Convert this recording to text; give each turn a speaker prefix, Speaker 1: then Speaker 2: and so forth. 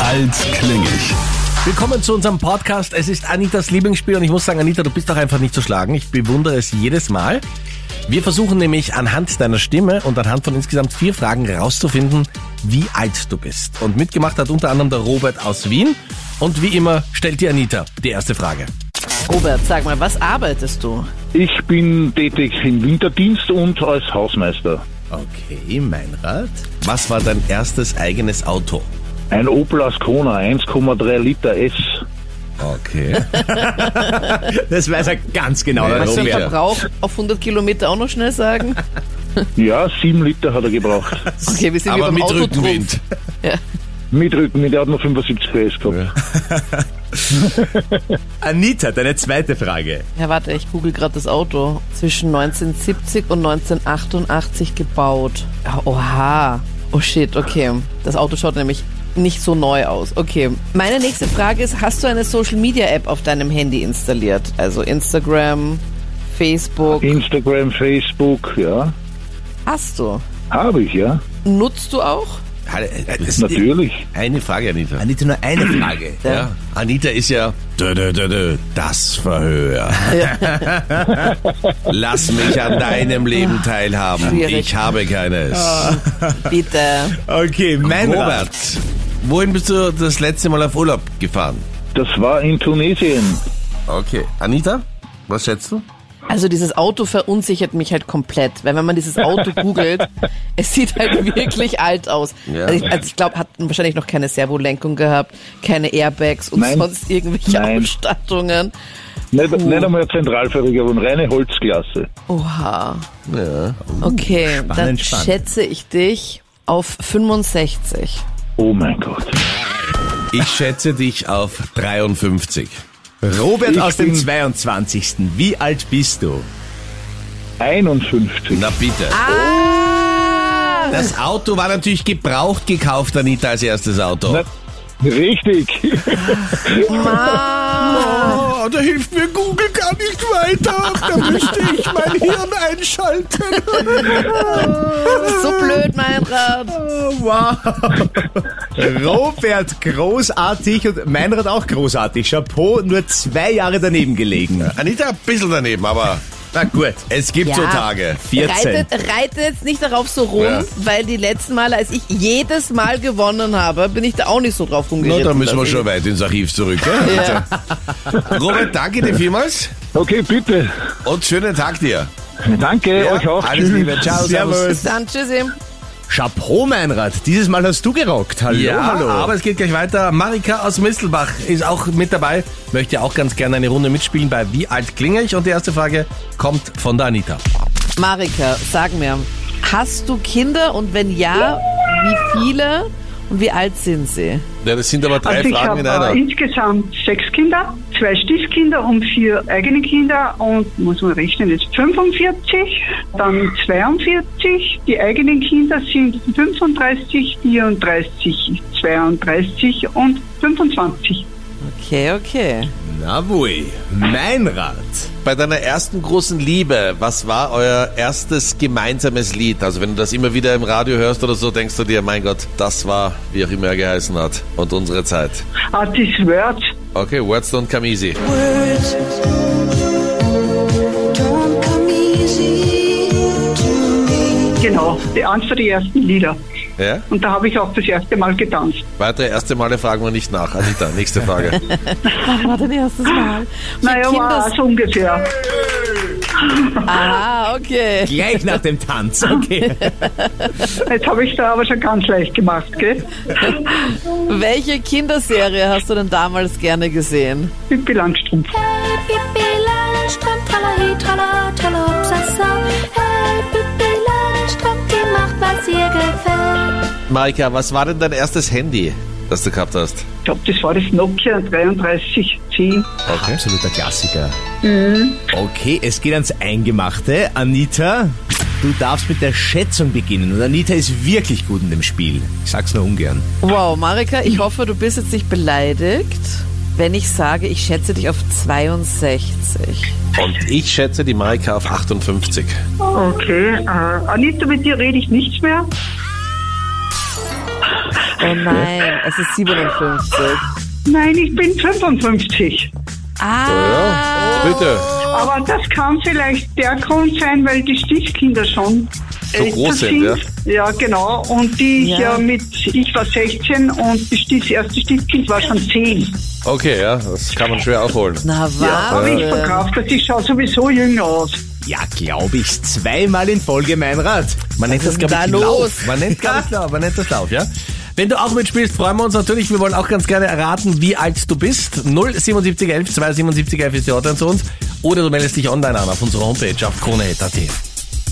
Speaker 1: Als klingelig.
Speaker 2: Willkommen zu unserem Podcast. Es ist Anitas Lieblingsspiel und ich muss sagen, Anita, du bist doch einfach nicht zu schlagen. Ich bewundere es jedes Mal. Wir versuchen nämlich anhand deiner Stimme und anhand von insgesamt vier Fragen herauszufinden, wie alt du bist. Und mitgemacht hat unter anderem der Robert aus Wien. Und wie immer stellt die Anita die erste Frage.
Speaker 3: Robert, sag mal, was arbeitest du?
Speaker 4: Ich bin tätig im Winterdienst und als Hausmeister.
Speaker 2: Okay, Meinrad. Was war dein erstes eigenes Auto?
Speaker 4: Ein Opel Ascona 1,3 Liter S.
Speaker 2: Okay.
Speaker 5: Das weiß er ganz genau. der
Speaker 2: Ja,
Speaker 3: Kannst du den
Speaker 2: sicher.
Speaker 5: Robert.
Speaker 3: Verbrauch auf 100 Kilometer auch noch schnell sagen?
Speaker 4: Ja, 7 Liter hat er gebraucht.
Speaker 3: Okay, wir sind
Speaker 2: Aber
Speaker 3: wieder beim
Speaker 2: mit
Speaker 3: Autotrumpf.
Speaker 2: Rückenwind.
Speaker 4: Mit Rücken, der hat noch 75 PS gehabt.
Speaker 5: Anita, deine zweite Frage.
Speaker 3: Ja, warte, ich google gerade das Auto. Zwischen 1970 und 1988 gebaut. Ja, Oha. Oh shit, okay. Das Auto schaut nämlich nicht so neu aus. Okay. Meine nächste Frage ist, hast du eine Social Media App auf deinem Handy installiert? Also Instagram, Facebook.
Speaker 4: Instagram, Facebook, ja.
Speaker 3: Hast du?
Speaker 4: Habe ich, ja.
Speaker 3: Nutzt du auch?
Speaker 2: Hallo, äh, das-
Speaker 4: Natürlich.
Speaker 2: Eine Frage, Anita.
Speaker 5: Anita, nur eine Frage.
Speaker 2: Ja. Anita ist ja dö, dö, dö, dö, das Verhör. Lass mich an deinem Leben teilhaben.
Speaker 3: Schwierig.
Speaker 2: Ich habe keines.
Speaker 5: Ah.
Speaker 3: Bitte.
Speaker 5: Okay, Meinrad.
Speaker 2: Robert, wohin bist du das letzte Mal auf Urlaub gefahren?
Speaker 4: Das war in Tunesien.
Speaker 2: Okay. Anita, was schätzt du?
Speaker 3: Also dieses Auto verunsichert mich halt komplett, weil wenn man dieses Auto googelt, es sieht halt wirklich alt aus.
Speaker 2: Ja.
Speaker 3: Also ich, also ich glaube, hat wahrscheinlich noch keine Servolenkung gehabt, keine Airbags und
Speaker 4: Nein.
Speaker 3: sonst irgendwelche
Speaker 4: Nein.
Speaker 3: Ausstattungen.
Speaker 4: Nicht, nicht einmal Zentralverriegerung, reine Holzklasse.
Speaker 3: Oha.
Speaker 2: Ja.
Speaker 3: Okay, dann
Speaker 5: spannend.
Speaker 3: schätze ich dich auf 65.
Speaker 4: Oh mein Gott.
Speaker 2: Ich schätze dich auf 53.
Speaker 5: Robert
Speaker 4: Ich
Speaker 5: aus dem
Speaker 4: bin-
Speaker 5: 22. Wie alt bist du? Ah.
Speaker 4: 51.
Speaker 2: Na bitte. Das Auto war natürlich gebraucht gekauft, Anita, als erstes Auto.
Speaker 4: Na, Richtig.
Speaker 3: Ah!
Speaker 2: Oh, da hilft mir Google gar nicht weiter. Da müsste ich mein Hirn einschalten.
Speaker 3: So blöd, mein Rat.
Speaker 5: Oh, wow. Robert, großartig und Meinrad auch großartig. Chapeau, nur zwei Jahre daneben gelegen.
Speaker 2: Anita, ein bisschen daneben, aber
Speaker 5: Na gut.
Speaker 2: es gibt so Tage.
Speaker 5: 14.
Speaker 3: Reitet, reitet jetzt nicht darauf so rum,
Speaker 2: Ja.
Speaker 3: weil die letzten Male, als ich jedes Mal gewonnen habe, bin ich da auch nicht so drauf
Speaker 2: Na,
Speaker 3: rumgeritten.
Speaker 2: da müssen wir
Speaker 3: dass ich-
Speaker 2: schon weit ins Archiv zurück. gell? Also, Robert, danke dir vielmals
Speaker 4: Okay, bitte.
Speaker 2: und schönen Tag dir.
Speaker 4: Danke, euch auch.
Speaker 2: alles
Speaker 4: Tschüss.
Speaker 2: Liebe. Ciao,
Speaker 3: Bis
Speaker 5: Servus.
Speaker 3: dann, tschüssi.
Speaker 5: Chapeau, Meinrad. Dieses Mal hast du gerockt. Hallo, hallo.
Speaker 2: aber es geht gleich weiter. Marika aus Mistelbach ist auch mit dabei, möchte auch ganz gerne eine Runde mitspielen bei Wie alt klinge ich? Und die erste Frage kommt von der Anita.
Speaker 3: Marika, sag mir, hast du Kinder und wenn ja, wie viele und wie alt sind sie?
Speaker 2: Ja, das sind aber drei
Speaker 6: Also ich
Speaker 2: Fragen
Speaker 6: habe
Speaker 2: in einer.
Speaker 6: äh, insgesamt sechs Kinder, zwei Stiefkinder und vier eigene Kinder und muss man rechnen, jetzt 45, dann 42. Die eigenen Kinder sind 35, 34, 32 und 25.
Speaker 3: Okay, okay.
Speaker 5: Na wui. Meinrad.
Speaker 2: Bei deiner ersten großen Liebe, was war euer erstes gemeinsames Lied? Also wenn du das immer wieder im Radio hörst oder so, denkst du dir, mein Gott, das war, wie auch immer er geheißen hat, und unsere Zeit.
Speaker 6: Ah, das Word,
Speaker 2: Okay, Words Don't Come Easy.
Speaker 7: Words don't come easy to me.
Speaker 6: genau, die eines der ersten Lieder.
Speaker 2: Ja?
Speaker 6: Und da habe ich auch das erste Mal getanzt.
Speaker 2: Weitere erste Male fragen wir nicht nach. Anita, nächste Frage.
Speaker 3: Wann war dein erstes Mal?
Speaker 6: Naja, Ah, war so ungefähr.
Speaker 3: Ah, okay.
Speaker 5: Gleich nach dem Tanz. Okay.
Speaker 6: Jetzt habe ich da aber schon ganz leicht gemacht, gell?
Speaker 3: Welche Kinderserie hast du denn damals gerne gesehen?
Speaker 6: Pippi Langstrumpf.
Speaker 7: Hey, Pippi Langstrumpf, tralala, tralala, tralopsasa. Hey, Pippi Langstrumpf, die macht, was ihr gefällt.
Speaker 2: Marika, was war denn dein erstes Handy, das du gehabt hast?
Speaker 6: Ich glaube, das war das Nokia 3310.
Speaker 5: Absoluter Klassiker. Okay, es geht ans Eingemachte. Anita, du darfst mit der Schätzung beginnen. Und Anita ist wirklich gut in dem Spiel. Ich sag's nur ungern.
Speaker 3: Wow, Marika, ich hoffe, du bist jetzt nicht beleidigt, wenn ich sage, ich schätze dich auf 62.
Speaker 2: Und ich schätze die Marika auf 58.
Speaker 6: Okay, äh, Anita, mit dir rede ich nichts mehr.
Speaker 3: Oh nein, es ist 57.
Speaker 6: Nein, ich bin 55.
Speaker 3: Ah,
Speaker 1: Bitte.
Speaker 6: Aber das kann vielleicht der Grund sein, weil die Stiefkinder schon
Speaker 1: So
Speaker 6: älter
Speaker 1: groß sind, ja?
Speaker 6: Ja, genau. Und die
Speaker 3: Ja.
Speaker 6: ja. mit, ich war 16 und die Stief, das erste Stiefkind war schon 10.
Speaker 1: Okay, ja, das kann man schwer aufholen.
Speaker 3: na
Speaker 6: Aber ich
Speaker 3: warte.
Speaker 6: verkaufe das, ich schaue sowieso jünger aus.
Speaker 5: Ja, glaube ich, zweimal in Folge, mein Rat.
Speaker 2: Man nennt das,
Speaker 3: ist denn
Speaker 2: glaube ich,
Speaker 3: da los?
Speaker 2: Lauf. Man nennt, glaub ich, Lauf. Man nennt das Lauf, ja? Wenn du auch mitspielst, freuen wir uns natürlich. Wir wollen auch ganz gerne erraten, wie alt du bist. 07711 27711 ist die Hotline zu uns. Oder du meldest dich online an auf unserer Homepage auf kronehit.at.